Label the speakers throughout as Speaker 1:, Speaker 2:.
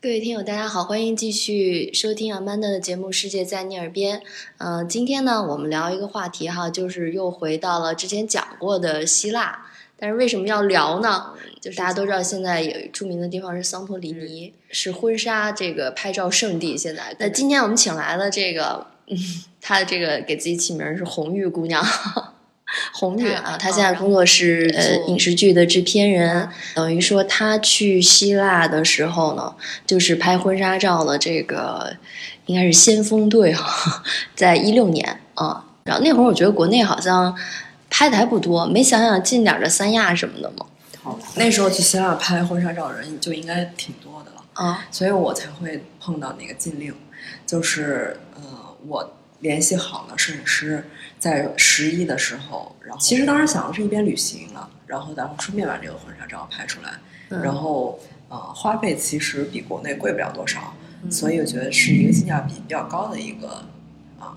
Speaker 1: 各位听友，大家好，欢迎继续收听阿曼达的节目《世界在你耳边》。呃，今天呢，我们聊一个话题哈，就是又回到了之前讲过的希腊。但是为什么要聊呢？就是大家都知道，现在有著名的地方是桑托里尼，是婚纱这个拍照圣地。现在，那今天我们请来了这个， 嗯，她的这个给自己起名是红玉姑娘， 红玉啊，她
Speaker 2: 她
Speaker 1: 现在工作是呃
Speaker 2: 做
Speaker 1: 影视剧的制片人，等于说她去希腊的时候呢，就是拍婚纱照的这个应该是先锋队哈， 在一六年啊，然后那会儿我觉得国内好像拍的还不多，没想想近点儿的三亚什么的嘛，
Speaker 3: 那时候去希腊拍婚纱照的人就应该挺多的了，
Speaker 1: 啊，
Speaker 3: 所以我才会碰到那个禁令，就是呃，我联系好了摄影师，在十一的时候，然后其实当时想的是一边旅行了，然后咱们顺便把这个婚纱照拍出来，
Speaker 1: 嗯
Speaker 3: 然后呃，花费其实比国内贵不了多少，所以我觉得是一个性价比比较高的一个啊、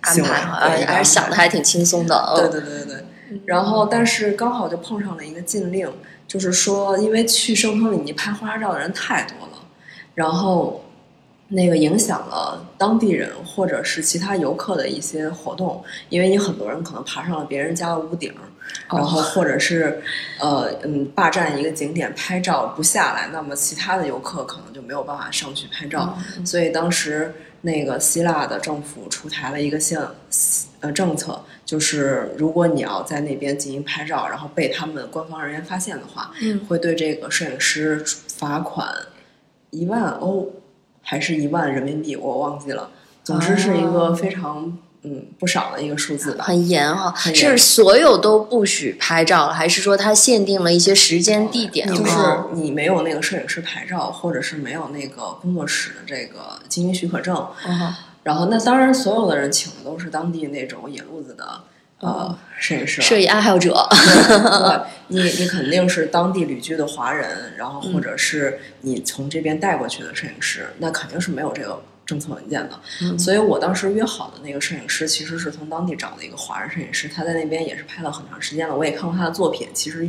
Speaker 1: 安
Speaker 3: 行为
Speaker 1: 排啊
Speaker 3: 对一个
Speaker 1: 还是
Speaker 3: 安
Speaker 1: 想的
Speaker 3: 排
Speaker 1: 还挺轻松的，嗯
Speaker 3: 对对对对对。然后，但是刚好就碰上了一个禁令，就是说，因为去圣托里尼拍婚纱照的人太多了，然后那个影响了当地人或者是其他游客的一些活动，因为你很多人可能爬上了别人家的屋顶儿，然后或者是呃嗯霸占一个景点拍照不下来，那么其他的游客可能就没有办法上去拍照，所以当时那个希腊的政府出台了一个现呃政策，就是如果你要在那边进行拍照，然后被他们官方人员发现的话，
Speaker 1: 嗯
Speaker 3: 会对这个摄影师罚款一万欧还是一万人民币，我忘记了，总之是一个非常、嗯不少的一个数字吧。
Speaker 1: 哦嗯很严哈、
Speaker 3: 很
Speaker 1: 是
Speaker 3: 严
Speaker 1: 所有都不许拍照了，还是说它限定了一些时间、地点？
Speaker 3: 就是
Speaker 1: 哦
Speaker 3: 你没有那个摄影师牌照，或者是没有那个工作室的这个经营许可证，
Speaker 1: 哦
Speaker 3: 然后那当然所有的人请的都是当地那种野路子的呃摄影师了，
Speaker 1: 哦摄影爱好者，
Speaker 3: 对，你你肯定是当地旅居的华人，然后或者是你从这边带过去的摄影师，那肯定是没有这个政策文件的。所以我当时约好的那个摄影师，其实是从当地找的一个华人摄影师，他在那边也是拍了很长时间了，我也看过他的作品，其实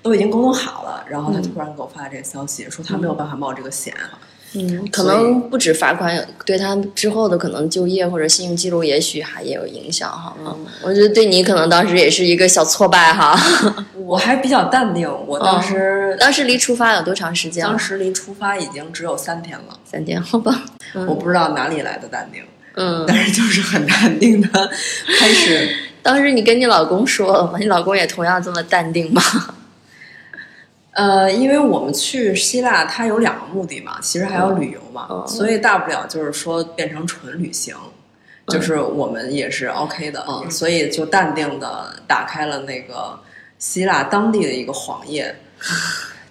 Speaker 3: 都已经沟通好了。然后他突然给我发了这个消息，说他没有办法冒这个险。
Speaker 1: 嗯，可
Speaker 3: 所以
Speaker 1: 能不止罚款，有对他之后的可能就业或者信用记录，也许还也有影响哈。嗯，我觉得对你可能当时也是一个小挫败哈。
Speaker 3: 我还比较淡定，我当时、
Speaker 1: 当时离出发有多长时间了？啊
Speaker 3: 当时离出发已经只有三天了，
Speaker 1: 三天，好 吧。
Speaker 3: 我不知道哪里来的淡定。
Speaker 1: 嗯，
Speaker 3: 但是就是很淡定的开始
Speaker 1: 当时你跟你老公说了吗？你老公也同样这么淡定吗？
Speaker 3: 呃，因为我们去希腊，它有两个目的嘛，其实还有旅游嘛，
Speaker 1: 嗯
Speaker 3: 所以大不了就是说变成纯旅行，就是我们也是 OK 的，嗯、所以就淡定的打开了那个希腊当地的一个黄 页，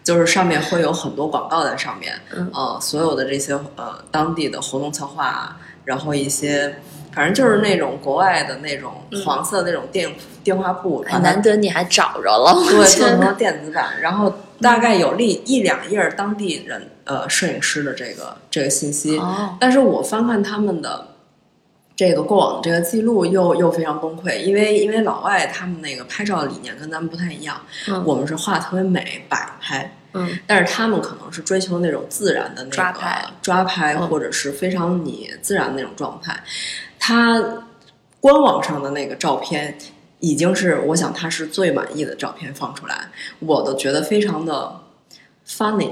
Speaker 3: 就是上面会有很多广告在上面，
Speaker 1: 嗯
Speaker 3: 呃，所有的这些呃当地的活动策划，然后一些。反正就是那种国外的那种黄色的那种电、电话簿，把
Speaker 1: 哎
Speaker 3: 它
Speaker 1: 难得你还找着 了，我
Speaker 3: 对，
Speaker 1: 觉
Speaker 3: 做
Speaker 1: 得
Speaker 3: 成了电子版，然后大概有一一两页儿当地人呃摄影师的这个这个信息，
Speaker 1: 哦，
Speaker 3: 但是我翻看他们的这个过往这个记录又又非常崩溃，因为因为老外他们那个拍照理念跟咱们不太一样，
Speaker 1: 嗯
Speaker 3: 我们是画特别美摆拍，
Speaker 1: 嗯
Speaker 3: 但是他们可能是追求那种自然的那个
Speaker 1: 抓拍、嗯
Speaker 3: 抓拍或者是非常你自然的那种状态。他官网上的那个照片，已经是我想他是最满意的照片放出来，我都觉得非常的 funny，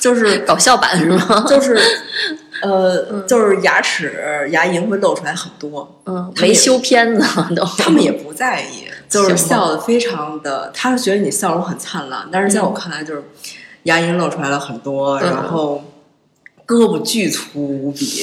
Speaker 3: 就是
Speaker 1: 搞笑版是 吗？
Speaker 3: 就是呃，就是牙齿牙龈会露出来很多，
Speaker 1: 嗯，没修片呢都。
Speaker 3: 他们也不 在意，就是
Speaker 1: 行吧
Speaker 3: 笑的非常的，他们觉得你笑容很灿烂，但是在我看来就是牙龈露出来了很多，
Speaker 1: 嗯
Speaker 3: 然后胳膊巨粗无比，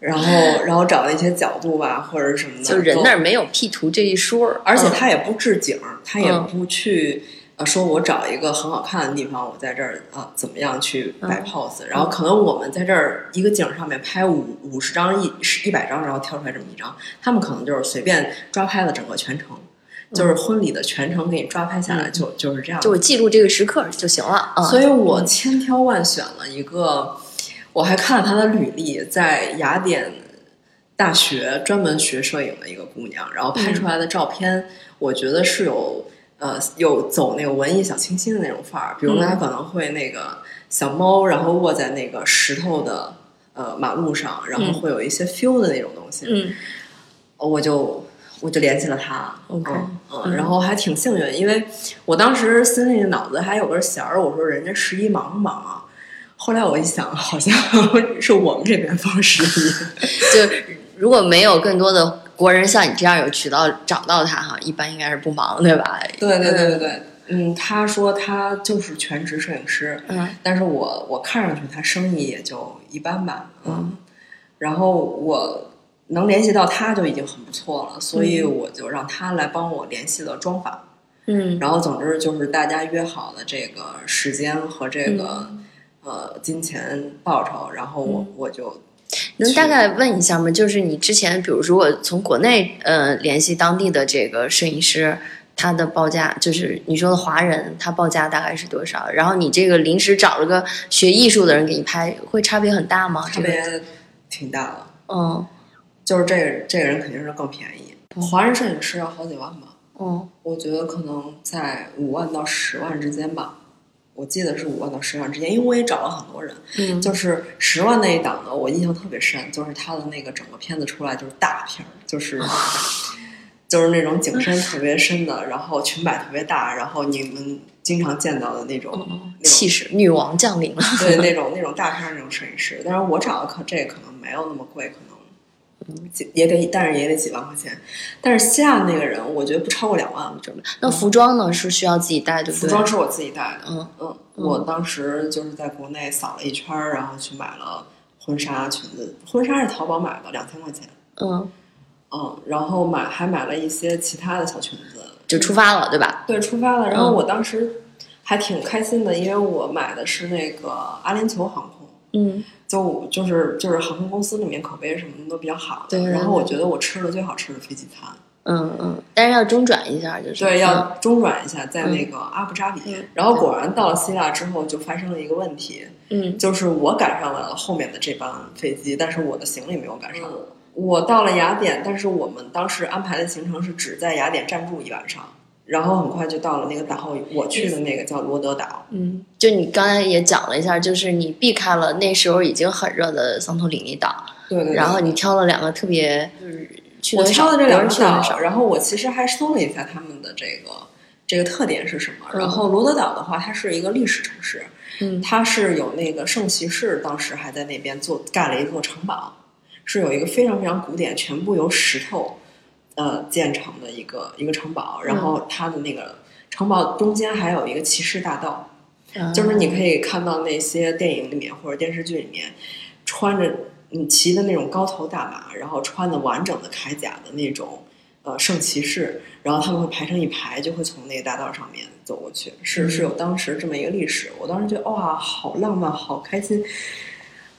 Speaker 3: 然后然后找了一些角度吧或者什么的，
Speaker 1: 就人那
Speaker 3: 都
Speaker 1: 儿没有 P 图这一说儿，
Speaker 3: 而且
Speaker 1: 嗯
Speaker 3: 他也不置景儿，他也
Speaker 1: 嗯
Speaker 3: 不去。呃，说我找一个很好看的地方，我在这儿啊、呃怎么样去
Speaker 1: 嗯
Speaker 3: 摆 pose？、然后可能我们在这儿一个景儿上面拍五五十张一一百张，然后挑出来这么一张，他们可能就是随便抓拍了整个全程，就是婚礼的全程给你抓拍下来就，就是这样。
Speaker 1: 嗯就我记录这个时刻就行了啊。
Speaker 3: 所以我千挑万选了一个，我还看了她的履历，在雅典大学专门学摄影的一个姑娘，然后拍出来的照片，我觉得是有呃，有走那个文艺小清新的那种范儿，比如大家可能会那个小猫，然后卧在那个石头的呃马路上，然后会有一些 feel 的那种东西，
Speaker 1: 嗯
Speaker 3: 我就我就联系了他
Speaker 1: OK，
Speaker 3: 嗯
Speaker 1: 嗯
Speaker 3: 嗯，然后还挺幸运，因为我当时心里脑子还有根弦儿，我说人家十一忙不忙啊？后来我一想，好像 是我们这边放十一，
Speaker 1: 就如果没有更多的国人像你这样有渠道找到他哈，一般应该是不忙，对吧？
Speaker 3: 对对对对对，嗯，他说他就是全职摄影师，
Speaker 1: 嗯
Speaker 3: 但是我我看上去他生意也就一般吧，
Speaker 1: 嗯
Speaker 3: 然后我能联系到他就已经很不错了，所以我就让他来帮我联系了妆发。
Speaker 1: 嗯
Speaker 3: 然后总之就是大家约好了这个时间和这个、呃金钱报酬，然后我、我就
Speaker 1: 能大概问一下吗？就是你之前，比如如果从国内呃联系当地的这个摄影师，他的报价就是你说的华人，他报价大概是多少？然后你这个临时找了个学艺术的人给你拍，会差别很大吗？
Speaker 3: 差别挺大的，
Speaker 1: 嗯
Speaker 3: 就是这个这个人肯定是更便宜，华人摄影师要好几万吧，
Speaker 1: 嗯
Speaker 3: 我觉得可能在五万到十万之间吧。我记得是五万到十万之间，因为我也找了很多人，
Speaker 1: 嗯，
Speaker 3: 就是十万那一档的，我印象特别深，就是他的那个整个片子出来就是大片儿，就是
Speaker 1: 哦
Speaker 3: 就是那种景深特别深的，然后裙摆特别大，然后你们经常见到的那种那
Speaker 1: 哦气
Speaker 3: 种
Speaker 1: 势，女王降 临了。
Speaker 3: 对那种那种大片儿那种摄影师。但是我找的可这可能没有那么贵，可
Speaker 1: 嗯
Speaker 3: 能几也得，但是也得几万块钱。但是西亚那个人，我觉得不超过两万。
Speaker 1: 那服装呢是需要自己带，对不
Speaker 3: 服
Speaker 1: 对？
Speaker 3: 装是我自己带的，
Speaker 1: 嗯
Speaker 3: 嗯，我当时就是在国内扫了一圈儿，然后去买了婚纱、裙子。婚纱是淘宝买的，两千块钱。
Speaker 1: 嗯，
Speaker 3: 嗯，然后买还买了一些其他的小裙子。
Speaker 1: 就出发了，对吧？
Speaker 3: 对，出发了。然后
Speaker 1: 嗯
Speaker 3: 我当时还挺开心的，因为我买的是那个阿联酋航空，
Speaker 1: 嗯
Speaker 3: 就就是就是航空公司里面口碑什么的都比较好的。
Speaker 1: 对对
Speaker 3: 然后我
Speaker 1: 对
Speaker 3: 觉得我吃了最好吃的飞机餐。
Speaker 1: 嗯嗯，但是要中转一下，就是嗯
Speaker 3: 对，要中转一下，在那个阿布扎比。
Speaker 1: 嗯
Speaker 3: 然后果然到了希腊之后，就发生了一个问题，
Speaker 1: 嗯
Speaker 3: 就是我赶上了后面的这班飞机，但是我的行李没有赶
Speaker 1: 嗯
Speaker 3: 上。我到了雅典，但是我们当时安排的行程是只在雅典暂住一晚上，然后很快就到了那个岛，我去的那个叫罗德岛。
Speaker 1: 嗯，就你刚才也讲了一下，就是你避开了那时候已经很热的桑托里尼岛，
Speaker 3: 对对对。
Speaker 1: 然后你挑了两个特别就是去
Speaker 3: 我
Speaker 1: 的
Speaker 3: 挑
Speaker 1: 少，
Speaker 3: 的这
Speaker 1: 国
Speaker 3: 两
Speaker 1: 人
Speaker 3: 个
Speaker 1: 去的很
Speaker 3: 岛，
Speaker 1: 少，
Speaker 3: 然后我其实还搜了一下他们的这个这个特点是什么。
Speaker 1: 嗯
Speaker 3: 然后罗德岛的话，它是一个历史城市，
Speaker 1: 嗯
Speaker 3: 它是有那个圣骑士当时还在那边做盖了一座城堡，是有一个非常非常古典，全部由石头呃建成的一个一个城堡。
Speaker 1: 嗯
Speaker 3: 然后它的那个城堡中间还有一个骑士大道，
Speaker 1: 嗯
Speaker 3: 就是你可以看到那些电影里面或者电视剧里面穿着你骑的那种高头大马，然后穿的完整的铠甲的那种呃圣骑士，然后他们会排成一排，就会从那个大道上面走过去，是是有
Speaker 1: 嗯
Speaker 3: 当时这么一个历史。我当时觉得哇，好浪漫，好开心，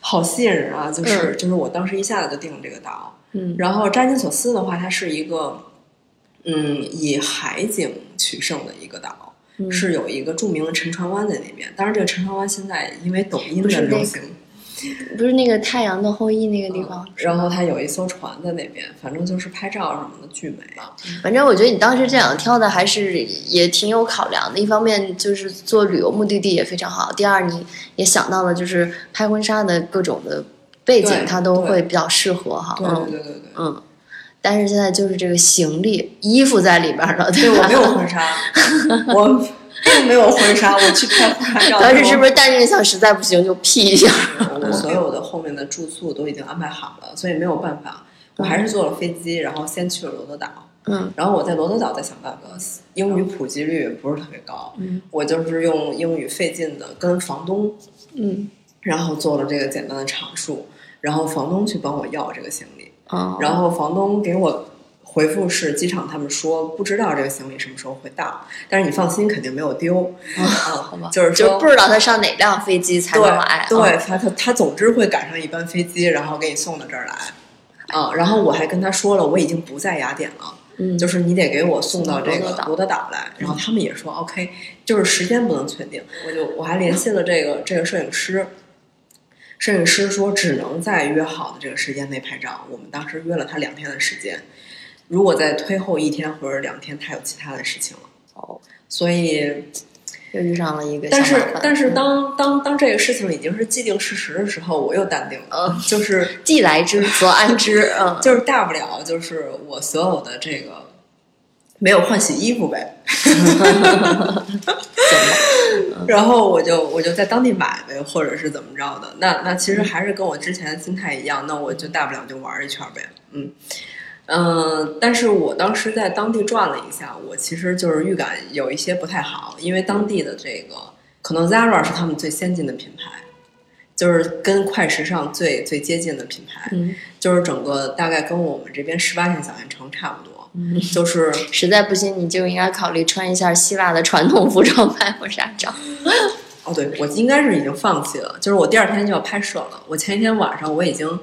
Speaker 3: 好吸引人啊！就是、就是我当时一下子就定了这个岛，
Speaker 1: 嗯
Speaker 3: 然后扎金索斯的话，它是一个嗯以海景取胜的一个岛，
Speaker 1: 嗯
Speaker 3: 是有一个著名的沉船湾在那边。当然，这个沉船湾现在因为抖音
Speaker 1: 不是
Speaker 3: 的
Speaker 1: 那
Speaker 3: 流
Speaker 1: 个
Speaker 3: 行，
Speaker 1: 不是那个太阳的后裔那个地
Speaker 3: 嗯
Speaker 1: 方，
Speaker 3: 然后它有一艘船在那边，反正就是拍照什么的巨美。啊
Speaker 1: 反正我觉得你当时这样挑的还是也挺有考量的。一方面就是做旅游目的地也非常好，第二你也想到了就是拍婚纱的各种的背景
Speaker 3: 对，
Speaker 1: 它都会比较适合哈。
Speaker 3: 对对
Speaker 1: 嗯
Speaker 3: 对对对。
Speaker 1: 嗯。但是现在就是这个行李、衣服在里边了，
Speaker 3: 对，
Speaker 1: 对
Speaker 3: 我
Speaker 1: 吧
Speaker 3: 没？有婚纱， 我并没有婚纱，我去拍婚纱 照。
Speaker 1: 当时是不是带着你想实在不行就 P 一下？嗯
Speaker 3: 我所有的后面的住宿都已经安排好了，所以没有办法，我还是坐了飞机，然后先去了罗德岛。
Speaker 1: 嗯
Speaker 3: 然后我在罗德岛再想办法，英语普及率不是特别高，
Speaker 1: 嗯
Speaker 3: 我就是用英语费劲的跟房东，
Speaker 1: 嗯
Speaker 3: 然后做了这个简单的阐述，然后房东去帮我要这个行李，
Speaker 1: 哦，
Speaker 3: 然后房东给我回复是机场他们说不知道这个行李什么时候会到，但是你放心，肯定没有丢， 啊，
Speaker 1: 哦好吧，
Speaker 3: 就是
Speaker 1: 就
Speaker 3: 说
Speaker 1: 不知道他上哪辆飞机才能来。
Speaker 3: 对，
Speaker 1: 嗯
Speaker 3: 对他他他总之会赶上一班飞机，然后给你送到这儿来。啊、然后我还跟他说了，我已经不在雅典了，
Speaker 1: 嗯
Speaker 3: 就是你得给我送到这
Speaker 1: 罗德
Speaker 3: 个
Speaker 1: 岛
Speaker 3: 罗德岛来。然后他们也说 OK，就是时间不能确定。我就我还联系了这个这个摄影师，摄影师说只能在约好的这个时间内拍照。我们当时约了他两天的时间，如果再推后一天或者两天，他有其他的事情了。
Speaker 1: 好，
Speaker 3: 所以，
Speaker 1: 又遇上了一个小
Speaker 3: 但
Speaker 1: 麻
Speaker 3: 是
Speaker 1: 烦。
Speaker 3: 但是
Speaker 1: 嗯
Speaker 3: 当当当这个事情已经是既定事实的时候，我又淡定了，
Speaker 1: 嗯
Speaker 3: 就是
Speaker 1: 既来之则安之，嗯，
Speaker 3: 就是大不了就是我所有的这个没有换洗衣服呗， 然后我就我就在当地买呗，或者是怎么着的。那那其实还是跟我之前的心态一样，那我就大不了就玩一圈呗，嗯。嗯、但是我当时在当地转了一下，我其实就是预感有一些不太好，因为当地的这个可能 Zara 是他们最先进的品牌，就是跟快时尚最最接近的品牌。
Speaker 1: 嗯
Speaker 3: 就是整个大概跟我们这边十八线小县城差不多，
Speaker 1: 嗯
Speaker 3: 就是
Speaker 1: 实在不行你就应该考虑穿一下希腊的传统服装拍婚纱照。
Speaker 3: 哦，对我应该是已经放弃了，就是我第二天就要拍摄了。我前一天晚上我已经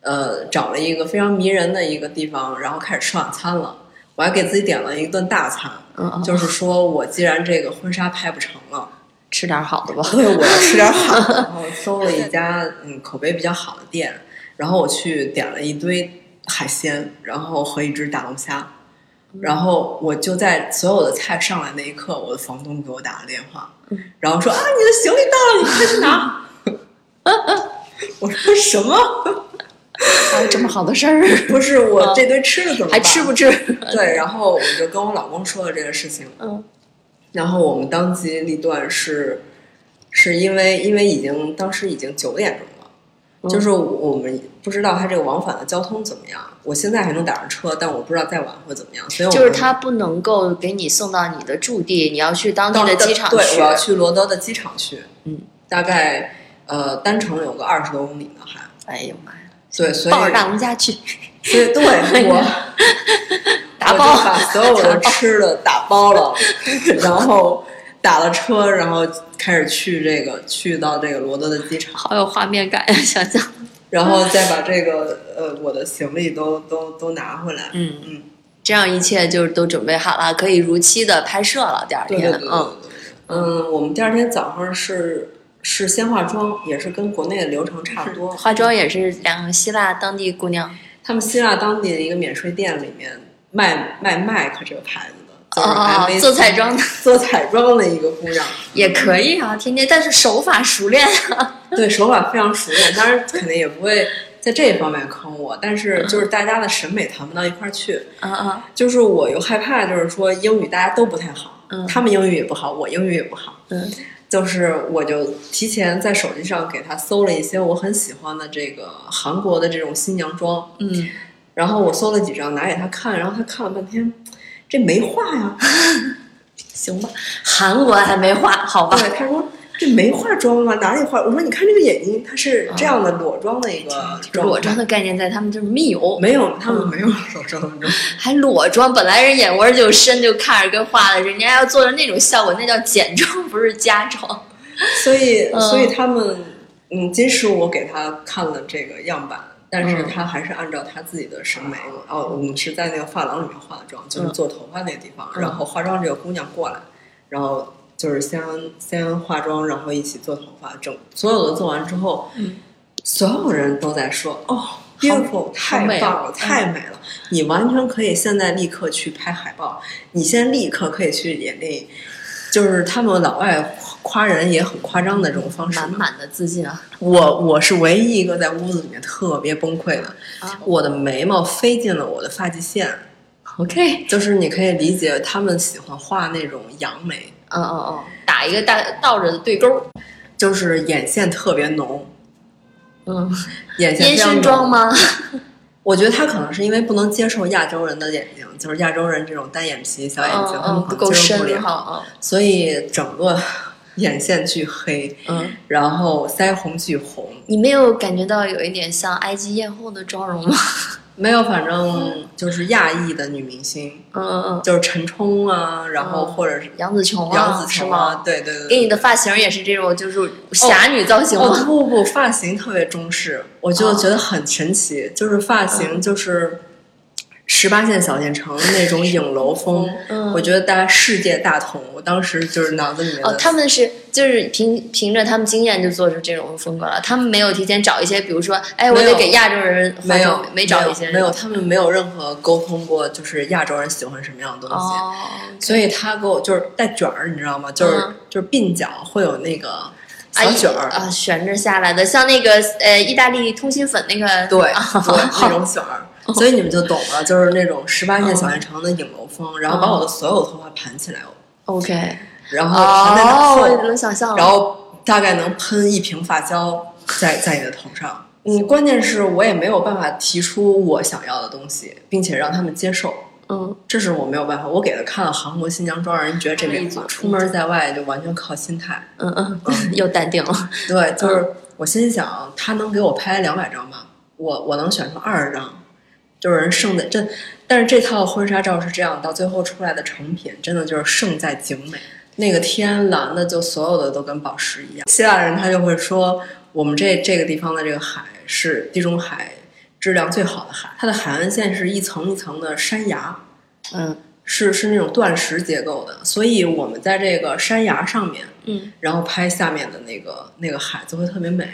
Speaker 3: 呃找了一个非常迷人的一个地方，然后开始吃晚餐了。我还给自己点了一顿大餐，
Speaker 1: 嗯，嗯
Speaker 3: 就是说我既然这个婚纱拍不成了，
Speaker 1: 吃点好 的吧。
Speaker 3: 对，我要吃点好的。然后搜 了一家嗯口碑比较好的店，然后我去点了一堆海鲜，然后和一只大龙虾，
Speaker 1: 嗯
Speaker 3: 然后我就在所有的菜上来那一刻，我的房东给我打了电话，
Speaker 1: 嗯
Speaker 3: 然后说啊你的行李到了，你快去拿。 我说什么？
Speaker 1: 还有这么好的事 儿，
Speaker 3: 不是我这堆吃的怎么
Speaker 1: 嗯还
Speaker 3: 办
Speaker 1: 吃不？吃？
Speaker 3: 对，然后我就跟我老公说了这个事情，
Speaker 1: 嗯
Speaker 3: 然后我们当机立断是，是因为因为已经当时已经九点钟了，
Speaker 1: 嗯
Speaker 3: 就是我们不知道他这个往返的交通怎么样。我现在还能打上车，但我不知道再晚会怎么样。所以我
Speaker 1: 就是
Speaker 3: 们
Speaker 1: 他不能够给你送到你的驻地，你要去当地
Speaker 3: 到
Speaker 1: 的机场
Speaker 3: 对，
Speaker 1: 去
Speaker 3: 我。要去罗德的机场去，
Speaker 1: 嗯，
Speaker 3: 大概呃单程有个二十多公里呢，还
Speaker 1: 哎呦妈呀！
Speaker 3: 对，所以
Speaker 1: 抱着大龙虾去
Speaker 3: 所 以对我
Speaker 1: 打
Speaker 3: 我
Speaker 1: 包
Speaker 3: 就。 把所有的吃的打包了，然后打了车，然后开始去这个去到这个罗德的机场。
Speaker 1: 好有画面感呀，啊想象。
Speaker 3: 然后再把这个呃我的行李都都都拿回来。
Speaker 1: 嗯
Speaker 3: 嗯，
Speaker 1: 这样一切就是都准备好了，可以如期的拍摄了。第二
Speaker 3: 对
Speaker 1: 天，
Speaker 3: 对对对对
Speaker 1: 嗯，
Speaker 3: 嗯，我们第二天早上是是先化妆，也是跟国内的流程差不多。
Speaker 1: 化妆也是两个希腊当地姑娘，
Speaker 3: 他们希腊当地的一个免税店里面卖卖麦克这个牌子的，就是
Speaker 1: 哦哦哦
Speaker 3: MV
Speaker 1: 做彩妆的
Speaker 3: 做彩妆的一个姑娘，
Speaker 1: 也可以啊，天天，但是手法熟 练啊。
Speaker 3: 对手法非常熟练，当然肯定也不会在这一方面坑我，但是
Speaker 1: 嗯
Speaker 3: 就是大家的审美谈不到一块儿去。
Speaker 1: 啊啊，
Speaker 3: 就是我又害怕，就是说英语大家都不太好，
Speaker 1: 嗯
Speaker 3: 他们英语也不好，我英语也不好，
Speaker 1: 嗯
Speaker 3: 就是我就提前在手机上给他搜了一些我很喜欢的这个韩国的这种新娘妆，
Speaker 1: 嗯，
Speaker 3: 然后我搜了几张拿给他看，然后他看了半天，这没画呀，
Speaker 1: 行吧，韩国还没化，好吧，
Speaker 3: 对，他说这没化妆啊，哪里化？我说你看这个眼睛，它是这样的裸妆的一个妆，
Speaker 1: 啊裸妆的概念在他们就是密友，
Speaker 3: 没有，他们没有裸妆 的妆，
Speaker 1: 还裸妆，本来人眼窝就深，就看着跟画的，人家要做成那种效果，那叫简妆，不是加妆。
Speaker 3: 所以，
Speaker 1: 嗯
Speaker 3: 所以他们，嗯，即使我给他看了这个样板，但
Speaker 1: 嗯
Speaker 3: 是他还是按照他自己的审美。哦，我们是在那个发廊里面化的妆，就是做头发那个地方，
Speaker 1: 嗯
Speaker 3: 然后化妆这个姑娘过来，然后就是先先化妆，然后一起做头发，整所有的做完之后，
Speaker 1: 嗯
Speaker 3: 所有人都在说哦。beautiful，太
Speaker 1: 美
Speaker 3: 棒了，
Speaker 1: 嗯
Speaker 3: 太美了！你完全可以现在立刻去拍海报，你先立刻可以去演那就是他们老外夸人也很夸张的这种方式嘛。
Speaker 1: 满满的自信啊！
Speaker 3: 我我是唯一一个在屋子里面特别崩溃的，
Speaker 1: 啊
Speaker 3: 我的眉毛飞进了我的发际线，
Speaker 1: ，OK，
Speaker 3: 就是你可以理解他们喜欢画那种羊眉，
Speaker 1: 嗯嗯嗯，打一个大倒着的对勾，
Speaker 3: 就是眼线特别浓，
Speaker 1: 嗯，
Speaker 3: 眼线
Speaker 1: 烟
Speaker 3: 非常
Speaker 1: 熏
Speaker 3: 浓
Speaker 1: 妆？吗？
Speaker 3: 我觉得他可能是因为不能接受亚洲人的眼睛，就是亚洲人这种单眼皮、小眼睛，
Speaker 1: 嗯
Speaker 3: 他
Speaker 1: 嗯，
Speaker 3: 们
Speaker 1: 不
Speaker 3: 可
Speaker 1: 够
Speaker 3: 能接受不
Speaker 1: 深
Speaker 3: 了，
Speaker 1: 哈，嗯
Speaker 3: 所以整个 眼线巨黑，
Speaker 1: 嗯嗯。
Speaker 3: 然后腮红巨红，
Speaker 1: 你没有感觉到有一点像埃及艳后的妆 容吗？
Speaker 3: 没有，反正就是亚裔的女明星，
Speaker 1: 嗯嗯嗯，
Speaker 3: 就是陈冲啊，然后
Speaker 1: 嗯
Speaker 3: 或者是
Speaker 1: 杨紫琼啊，
Speaker 3: 杨紫
Speaker 1: 是
Speaker 3: 琼啊，
Speaker 1: 吗？
Speaker 3: 对对对哦
Speaker 1: 给
Speaker 3: 对。
Speaker 1: 你的发型也是这种，就是侠女造型
Speaker 3: 哦
Speaker 1: 吗？
Speaker 3: 不不不，发型特别中式，我就
Speaker 1: 哦嗯
Speaker 3: 觉得很神奇，就是发型就是十八线小县城那种影楼风，
Speaker 1: 嗯
Speaker 3: 我觉得大家世界大同。我当时就是脑子里面的
Speaker 1: 哦，他们是就是凭凭着他们经验就做出这种风格了，他们没有提前找一些，比如说，哎，我
Speaker 3: 没
Speaker 1: 得
Speaker 3: 有
Speaker 1: 给亚洲人划分
Speaker 3: 没有
Speaker 1: 没找一些人
Speaker 3: 没有，他们没有任何沟通过，就是亚洲人喜欢什么样的东西。
Speaker 1: 哦，
Speaker 3: 所以他给我就是带卷儿，你知道吗？就是、
Speaker 1: 嗯
Speaker 3: 就是鬓角会有那个小卷儿，
Speaker 1: 啊，悬着下来的，像那个呃意大利通心粉那个，
Speaker 3: 对对 那种卷儿，
Speaker 1: 哦
Speaker 3: 所以你们就懂了，就是那种
Speaker 1: 嗯
Speaker 3: 十八线小县城的影楼风，然后把我的所有头发盘起来，
Speaker 1: ，OK，
Speaker 3: 然后盘在脑
Speaker 1: 哦，我
Speaker 3: 后，
Speaker 1: 能想象了，
Speaker 3: 然后大概能喷一瓶发胶在在你的头上。嗯，关键是我也没有办法提出我想要的东西，并且让他们接受。
Speaker 1: 嗯，
Speaker 3: 这是我没有办法，我给他看了韩国新娘妆，让人觉得这
Speaker 1: 他们
Speaker 3: 民
Speaker 1: 一
Speaker 3: 族
Speaker 1: 组
Speaker 3: 出门在外就完全靠心态。
Speaker 1: 嗯嗯嗯，又淡定了，
Speaker 3: 对，就是我心想，他能给我拍两百张吧？我我能选出二十张，就是人胜在这。但是这套婚纱照是这样，到最后出来的成品真的就是胜在景美。那个天蓝的，就所有的都跟宝石一样。希腊人他就会说，我们这这个地方的这个海是地中海质量最好的海，它的海岸线是一层一层的山崖，
Speaker 1: 嗯
Speaker 3: 是是那种断石结构的，所以我们在这个山崖上面，
Speaker 1: 嗯，
Speaker 3: 然后拍下面的那个那个海就会特别美。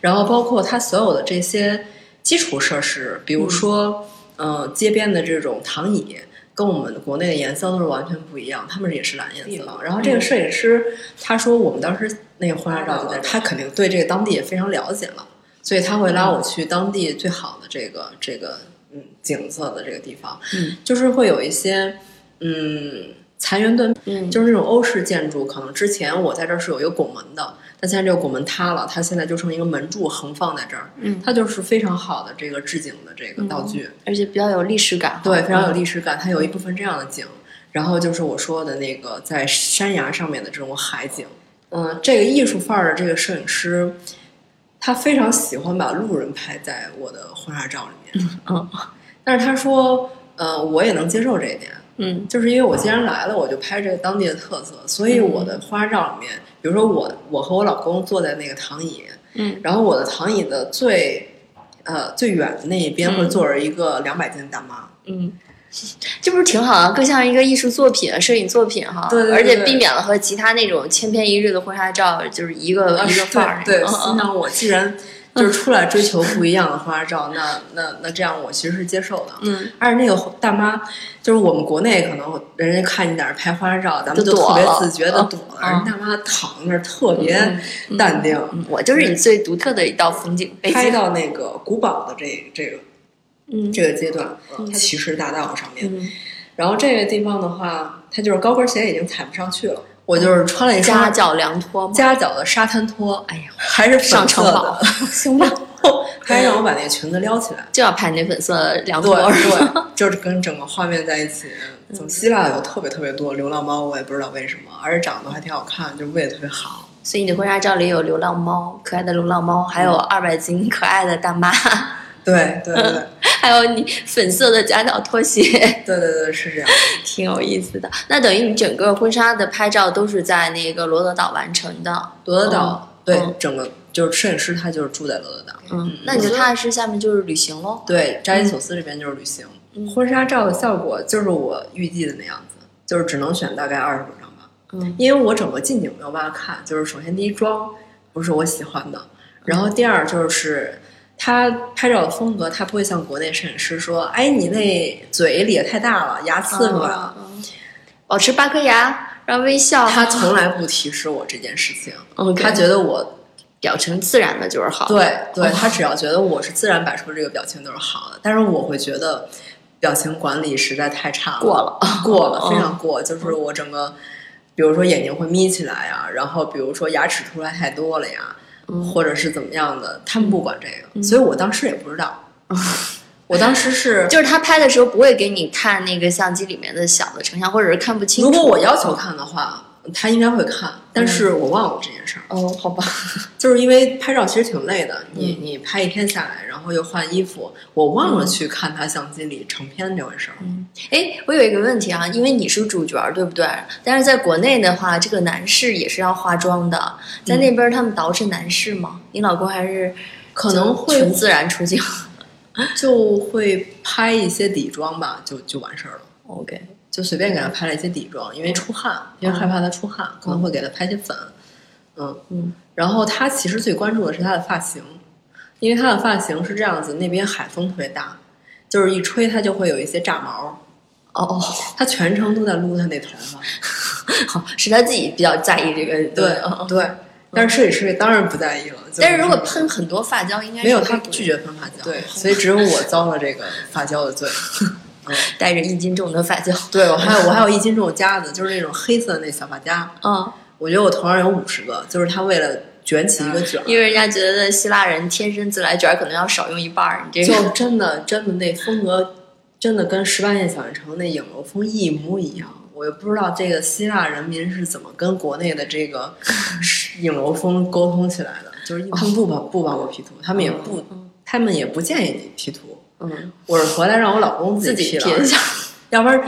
Speaker 3: 然后包括它所有的这些基础设施，比如说，呃，街边的这种躺椅，跟我们国内的颜色都是完全不一样，他们也是蓝颜色。然后这个摄影师他说，我们当时那个婚纱照就在，他肯啊定对这个当地也非常了解了，所以他会拉我去当地最好的这个这个嗯景色的这个地方，
Speaker 1: 嗯，
Speaker 3: 就是会有一些嗯残垣断
Speaker 1: 嗯
Speaker 3: 就是那种欧式建筑，可能之前我在这儿是有一个拱门的，但现在这个拱门塌了，它现在就剩一个门柱横放在这儿，
Speaker 1: 嗯，哦
Speaker 3: 它就是非常好的这个置景的这个道具，
Speaker 1: 而且比较有历史感，
Speaker 3: 对，非常有历史感。它有一部分这样的景，然后就是我说的那个在山崖上面的这种海景，嗯，这个艺术范儿的这个摄影师，他非常喜欢把路人拍在我的婚纱照里面，
Speaker 1: 嗯
Speaker 3: 但是他说，呃，我也能接受这一点，
Speaker 1: 嗯
Speaker 3: 就是因为我既然来了，我就拍这个当地的特色，所以
Speaker 1: 嗯
Speaker 3: 我的花照里面，比如说我我和我老公坐在那个躺椅，
Speaker 1: 嗯
Speaker 3: 然后我的躺椅的最呃最远的那一边
Speaker 1: 嗯
Speaker 3: 会坐着一个两百斤的大妈，
Speaker 1: 嗯。这不是挺好啊，更像一个艺术作品、摄影作品哈，
Speaker 3: 对对对
Speaker 1: 而且
Speaker 3: 对
Speaker 1: 避免了和其他那种千篇一律的婚纱照，就是一个、一个范儿。
Speaker 3: 啊对，对
Speaker 1: 嗯嗯
Speaker 3: 心想我既然就是出来追求不一样的花照，那那那这样我其实是接受的。
Speaker 1: 嗯，
Speaker 3: 而且那个大妈，就是我们国内可能人家看你在那儿拍花照，咱们就
Speaker 1: 就躲
Speaker 3: 特别
Speaker 1: 了
Speaker 3: 自觉的躲了，
Speaker 1: 嗯
Speaker 3: 人家大妈躺那儿特别
Speaker 1: 嗯
Speaker 3: 淡定，
Speaker 1: 我就是你最独特的一道风景，北
Speaker 3: 拍
Speaker 1: 京。
Speaker 3: 到那个古堡的这这个
Speaker 1: 嗯
Speaker 3: 这个阶段，
Speaker 1: 嗯
Speaker 3: 骑士大道上面。
Speaker 1: 嗯，
Speaker 3: 然后这个地方的话，它就是高跟鞋已经踩不上去了，我就是穿了一双
Speaker 1: 夹脚凉拖嘛，
Speaker 3: 夹脚的沙滩拖，
Speaker 1: 哎呀，
Speaker 3: 还是粉色
Speaker 1: 上城堡
Speaker 3: 的。，
Speaker 1: 行吧，
Speaker 3: 他还让我把那个裙子撩起来，
Speaker 1: 就要拍那粉色凉
Speaker 3: 对
Speaker 1: 拖。嗯
Speaker 3: 对，就是跟整个画面在一起。总希腊有特别特别多流浪猫，我也不知道为什么，而且长得还挺好看，就胃特别好。
Speaker 1: 所以你的婚纱照里有流浪猫，可爱的流浪猫，还
Speaker 3: 嗯
Speaker 1: 有二百斤可爱的大妈，
Speaker 3: 对对对
Speaker 1: 还有你粉色的夹脚拖鞋，
Speaker 3: 对对对，是这样。
Speaker 1: 挺有意思的。那等于你整个婚纱的拍照都是在那个罗德岛完成的。
Speaker 3: 罗德岛，
Speaker 1: 嗯
Speaker 3: 对
Speaker 1: 嗯，
Speaker 3: 整个就是摄影师他就是住在罗德岛。
Speaker 1: 嗯，那你就踏踏实实下面就是旅行喽。
Speaker 3: 对，扎伊索斯这边就是旅行，
Speaker 1: 嗯
Speaker 3: 婚纱照的效果就是我预计的那样子，就是只能选大概二十多张吧，
Speaker 1: 嗯
Speaker 3: 因为我整个近景没有办法看。就是首先第一妆不是我喜欢
Speaker 1: 嗯
Speaker 3: 的，然后第二就是他拍照的风格，他不会像国内摄影师说，哎，你那嘴咧太大了，牙刺
Speaker 1: 嗯
Speaker 3: 出来了。
Speaker 1: 嗯保持八颗牙，让微笑。
Speaker 3: 他从来不提示我这件事情，
Speaker 1: 啊 OK
Speaker 3: 他觉得我
Speaker 1: 表情自然的就是好。
Speaker 3: 对对，他只要觉得我是自然摆出这个表情都是好的，但是我会觉得表情管理实在太差了，
Speaker 1: 过了，
Speaker 3: 过了，非
Speaker 1: 嗯
Speaker 3: 常过，就是我整个，比如说眼睛会眯起来呀，然后比如说牙齿出来太多了呀，
Speaker 1: 嗯
Speaker 3: 或者是怎么样的，他们不管这个，所以我当时也不知道，我当时是，
Speaker 1: 嗯 就是他拍的时候不会给你看那个相机里面的小的成像，或者是看不清楚。
Speaker 3: 如果我要求看的话，他应该会看，
Speaker 1: 嗯
Speaker 3: 但是我忘了这件事儿，
Speaker 1: 哦，好吧，
Speaker 3: 就是因为拍照其实挺累的，你你拍一天下来，然后又换衣服，我忘了去看他相机里成片这回事儿，
Speaker 1: 哎，我有一个问题啊，因为你是主角儿，对不对？但是在国内的话，这个男士也是要化妆的，在那边他们捯饬男士吗？你老公还是
Speaker 3: 嗯可能会
Speaker 1: 纯自然出镜？
Speaker 3: 就会拍一些底妆吧，就就完事儿了。
Speaker 1: OK，
Speaker 3: 就随便给他拍了一些底妆，因为出汗，因为害怕他出汗，可能会给他拍些粉。嗯，
Speaker 1: 嗯
Speaker 3: 然后他其实最关注的是他的发型，因为他的发型是这样子，那边海风特别大，就是一吹它就会有一些炸毛。
Speaker 1: 哦哦，
Speaker 3: 他全程都在撸他那头发，
Speaker 1: 好，是他自己比较在意这个。
Speaker 3: 对
Speaker 1: 嗯嗯
Speaker 3: 对，但是摄影师当然不在意了。就
Speaker 1: 但是如果喷很多发胶，应该是
Speaker 3: 没有他
Speaker 1: 会
Speaker 3: 拒绝喷发胶，
Speaker 1: 对
Speaker 3: 所以只有我遭了这个发胶的罪。
Speaker 1: 带着一斤重的发胶。
Speaker 3: 对我还有我还有一斤这种夹子，就是那种黑色的那小发夹，
Speaker 1: 嗯，
Speaker 3: 我觉得我头上有五十个，就是他为了卷起一个卷儿，
Speaker 1: 因为人家觉得希腊人天生自来卷儿可能要少用一半儿，你这
Speaker 3: 就
Speaker 1: 个
Speaker 3: 真的真的那风格，真的跟十八线小县城那影楼风一模一样。我也不知道这个希腊人民是怎么跟国内的这 个影楼风沟通起来的，就是
Speaker 1: 哦
Speaker 3: 他们不把不帮我 P 图，他们也不，他们也不建议你 P 图。
Speaker 1: 嗯
Speaker 3: 我是回来让我老公
Speaker 1: 自己
Speaker 3: P 了，
Speaker 1: 贴一下。
Speaker 3: 要不然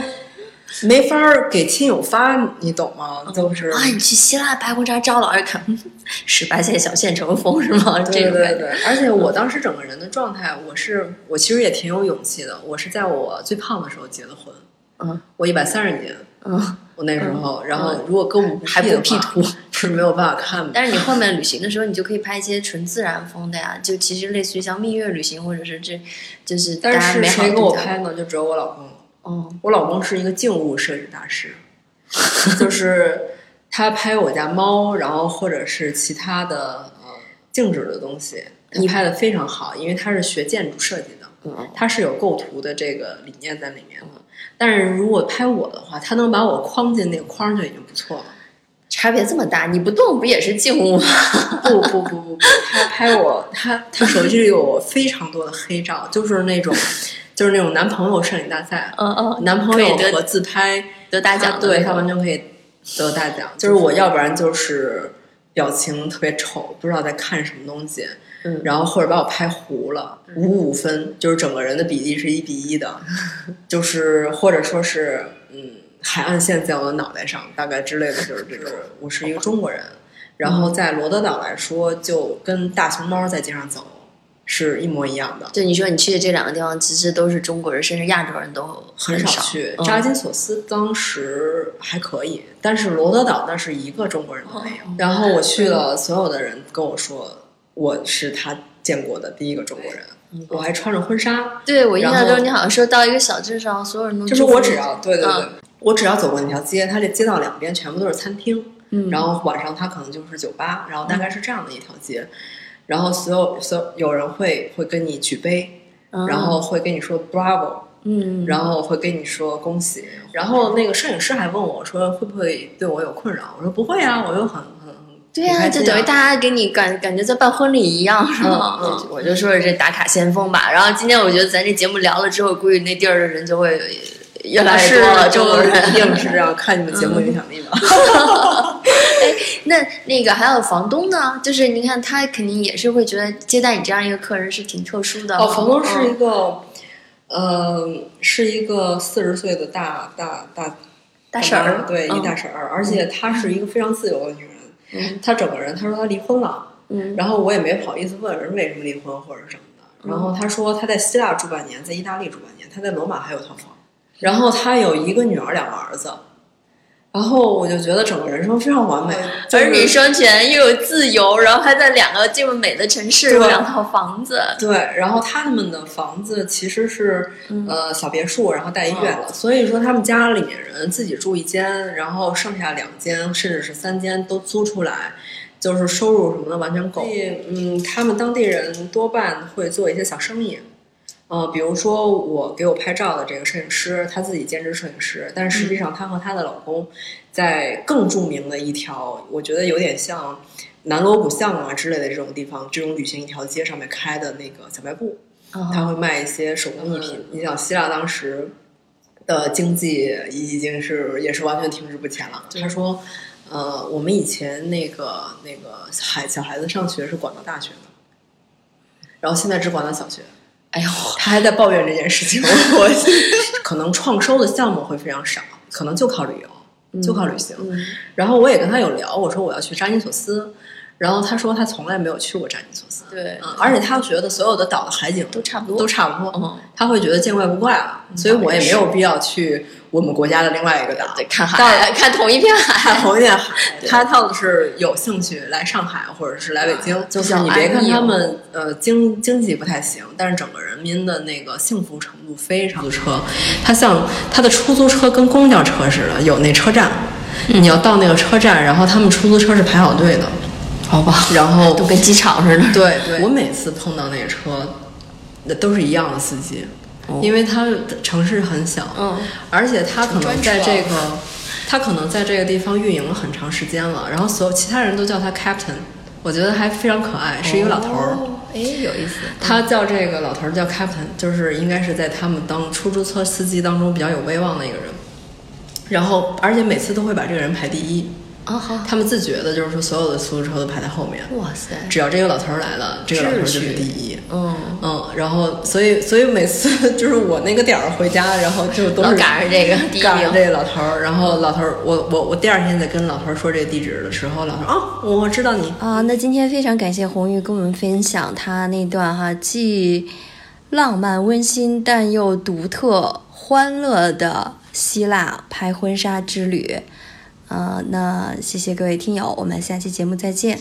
Speaker 3: 没法儿给亲友发，你懂吗？就是
Speaker 1: 啊，你去希腊拍婚纱照，老师看嗯十八线小县城风是吗？
Speaker 3: 对
Speaker 1: 这种
Speaker 3: 对
Speaker 1: 感觉。
Speaker 3: 对，而且我当时整个人的状态，我是我其实也挺有勇气的。我是在我最胖的时候结的婚，
Speaker 1: 嗯
Speaker 3: 我一百三十斤，
Speaker 1: 嗯，
Speaker 3: 我那时候，然后如果跟我
Speaker 1: 还不 P 图
Speaker 3: 是没有办法看的。
Speaker 1: 但是你后面旅行的时候，你就可以拍一些纯自然风的呀，就其实类似于像蜜月旅行，或者是这，就是大家
Speaker 3: 但是
Speaker 1: 美好
Speaker 3: 谁
Speaker 1: 的
Speaker 3: 给我
Speaker 1: 度假
Speaker 3: 拍呢？就只有我老公。
Speaker 1: 哦，
Speaker 3: 我老公是一个静物摄影大师，就是他拍我家猫，然后或者是其他的呃静止的东西，他拍的非常好，因为他是学建筑设计的。
Speaker 1: 嗯，
Speaker 3: 它是有构图的这个理念在里面的。但是如果拍我的话，他能把我框进那个框就已经不错了。
Speaker 1: 差别这么大，你不动不也是静物吗？
Speaker 3: 不不不不不，他拍我，他他手机里有我非常多的黑照，就是那种，就是那种男朋友摄影大赛，
Speaker 1: 嗯嗯，
Speaker 3: 男朋友
Speaker 1: 可以得
Speaker 3: 和自拍
Speaker 1: 得大奖的
Speaker 3: 他啊对
Speaker 1: 那
Speaker 3: 他
Speaker 1: 种
Speaker 3: 完全可以得大奖。就是我要不然就是表情特别丑，不知道在看什么东西，
Speaker 1: 嗯
Speaker 3: 然后或者把我拍糊了，五五分，就是整个人的比例是一比 一的，就是或者说是嗯，海岸线在我的脑袋上，大概之类的，就 是这种。我是一个中国人，然后在罗德岛来说，就跟大熊猫在街上走是一模一样的。
Speaker 1: 就你说你去的这两个地方，其实都是中国人，甚至亚洲人都
Speaker 3: 很
Speaker 1: 少
Speaker 3: 少去。
Speaker 1: 嗯
Speaker 3: 扎金索斯当时还可以，但是罗德岛那是一个中国人都没有。然后我去了，所有的人跟我说我是他见过的第一个中国人，我还穿着婚纱，
Speaker 1: 对我印象
Speaker 3: 然
Speaker 1: 中，
Speaker 3: 后
Speaker 1: 你好像说到一个小镇上，所有人都
Speaker 3: 就是我只要对对对
Speaker 1: 嗯，
Speaker 3: 我只要走过那条街，它这街道两边全部都是餐厅，
Speaker 1: 嗯
Speaker 3: 然后晚上它可能就是酒吧，然后大概是这样的一条街，然后所有所有有人会会跟你举杯，
Speaker 1: 嗯
Speaker 3: 然后会跟你说 bravo，
Speaker 1: 嗯，
Speaker 3: 然后会跟你说恭喜。然后那个摄影师还问我说会不会对我有困扰？我说不会啊，我又很很啊
Speaker 1: 对呀、就等于大。家给你感感觉在办婚礼一样，是吗？
Speaker 3: 嗯嗯
Speaker 1: 我就说这打卡先锋吧。然后今天我觉得咱这节目聊了之后，估计那地儿的人就会越来越
Speaker 3: 是
Speaker 1: 多了，中国
Speaker 3: 就
Speaker 1: 人。 嗯
Speaker 3: 一定是这样，看你们节目影响力吧。
Speaker 1: 那那个还有房东呢，就是你看他肯定也是会觉得接待你这样一个客人是挺特殊的。
Speaker 3: 哦，房东是一
Speaker 1: 嗯
Speaker 3: 个，呃，是一个四十岁的大大大
Speaker 1: 大婶儿，
Speaker 3: 对，一
Speaker 1: 嗯
Speaker 3: 大婶儿，而且她是一个非常自由的女人。
Speaker 1: 嗯
Speaker 3: 她整个人，她说她离婚了，
Speaker 1: 嗯
Speaker 3: 然后我也没好意思问人为什么离婚或者什么的。然
Speaker 1: 嗯
Speaker 3: 后她说她在希腊住半年，在意大利住半年，她在罗马还有套房。然后她有一个女儿，两个儿子。然后我就觉得整个人生非常完美，就是
Speaker 1: 儿女双全又有自由，然后还在两个这么美的城市
Speaker 3: 对
Speaker 1: 有两套房子，
Speaker 3: 对，然后他们的房子其实是、呃小别墅，然后带医院的，所以说他们家里面人自己住一间，然后剩下两间甚至是三间都租出来，就是收入什么的完全够。所以嗯，他们当地人多半会做一些小生意。呃，比如说我给我拍照的这个摄影师，他自己兼职摄影师，但实际上她和她的老公在更著名的一条，我觉得有点像南锣鼓巷啊之类的这种地方，这种旅行一条街上面开的那个小卖部，他
Speaker 1: 嗯，
Speaker 3: 会卖一些手工艺品。你想，希腊当时的经济已经是也是完全停滞不前了。他说，呃，我们以前那个那个孩小孩子上学是管到大学的，然后现在只管到小学。
Speaker 1: 哎呦，
Speaker 3: 他还在抱怨这件事情， 我可能创收的项目会非常少，可能就靠旅游，就靠旅行。
Speaker 1: 嗯
Speaker 3: 然后我也跟他有聊，我说我要去扎金索斯，然后他说他从来没有去过扎尼索斯，
Speaker 1: 对
Speaker 3: 嗯，而且他觉得所有的岛的海景
Speaker 1: 都差不多，
Speaker 3: 都差不多，
Speaker 1: 嗯，
Speaker 3: 他会觉得见怪不怪了，所以我也没有必要去我们国家的另外一个岛。
Speaker 1: 对，看海，看同一片海，
Speaker 3: 看红叶海，他倒是有兴趣来上海或者是来北京，啊就是你别看他们呃经经济不太行，但是整个人民的那个幸福程度非常。车，它像它的出租车跟公交车似的，有那车站，你要到那个车站，然后他们出租车是排好队的，
Speaker 1: 好吧，
Speaker 3: 然后
Speaker 1: 都跟机场似的。
Speaker 3: 对对，我每次碰到那个车，那都是一样的司机，因为他城市很小，
Speaker 1: 哦嗯，
Speaker 3: 而且他可能
Speaker 1: 专
Speaker 3: 在
Speaker 1: 车啊
Speaker 3: 这个，他可能在这个地方运营了很长时间了，然后所有其他人都叫他 Captain，我觉得还非常可爱，是一个老头儿。
Speaker 1: 哦，哎，有意思。
Speaker 3: 他叫这个老头儿叫 Captain，就是应该是在他们当出租车司机当中比较有威望的一个人。然后，而且每次都会把这个人排第一，
Speaker 1: 啊好，
Speaker 3: 他们自觉的就是说所有的出租车都排在后面，
Speaker 1: 哇塞，
Speaker 3: 只要这个老头儿来了，这个老头儿就
Speaker 1: 秩
Speaker 3: 是
Speaker 1: 序
Speaker 3: 第一。
Speaker 1: 嗯，
Speaker 3: 嗯，然后所以所以每次 就是我那个点儿回家，然后就都
Speaker 1: 老
Speaker 3: 是
Speaker 1: 赶上这个第一
Speaker 3: 赶上
Speaker 1: 名，
Speaker 3: 这个老头儿，然后老头儿，我我我第二天在跟老头儿说这个地址的时候，老头儿啊，我知道你，
Speaker 1: 啊，那今天非常感谢红玉跟我们分享她那段哈既浪漫温馨但又独特欢乐的希腊拍婚纱之旅。啊、那谢谢各位听友，我们下期节目再见。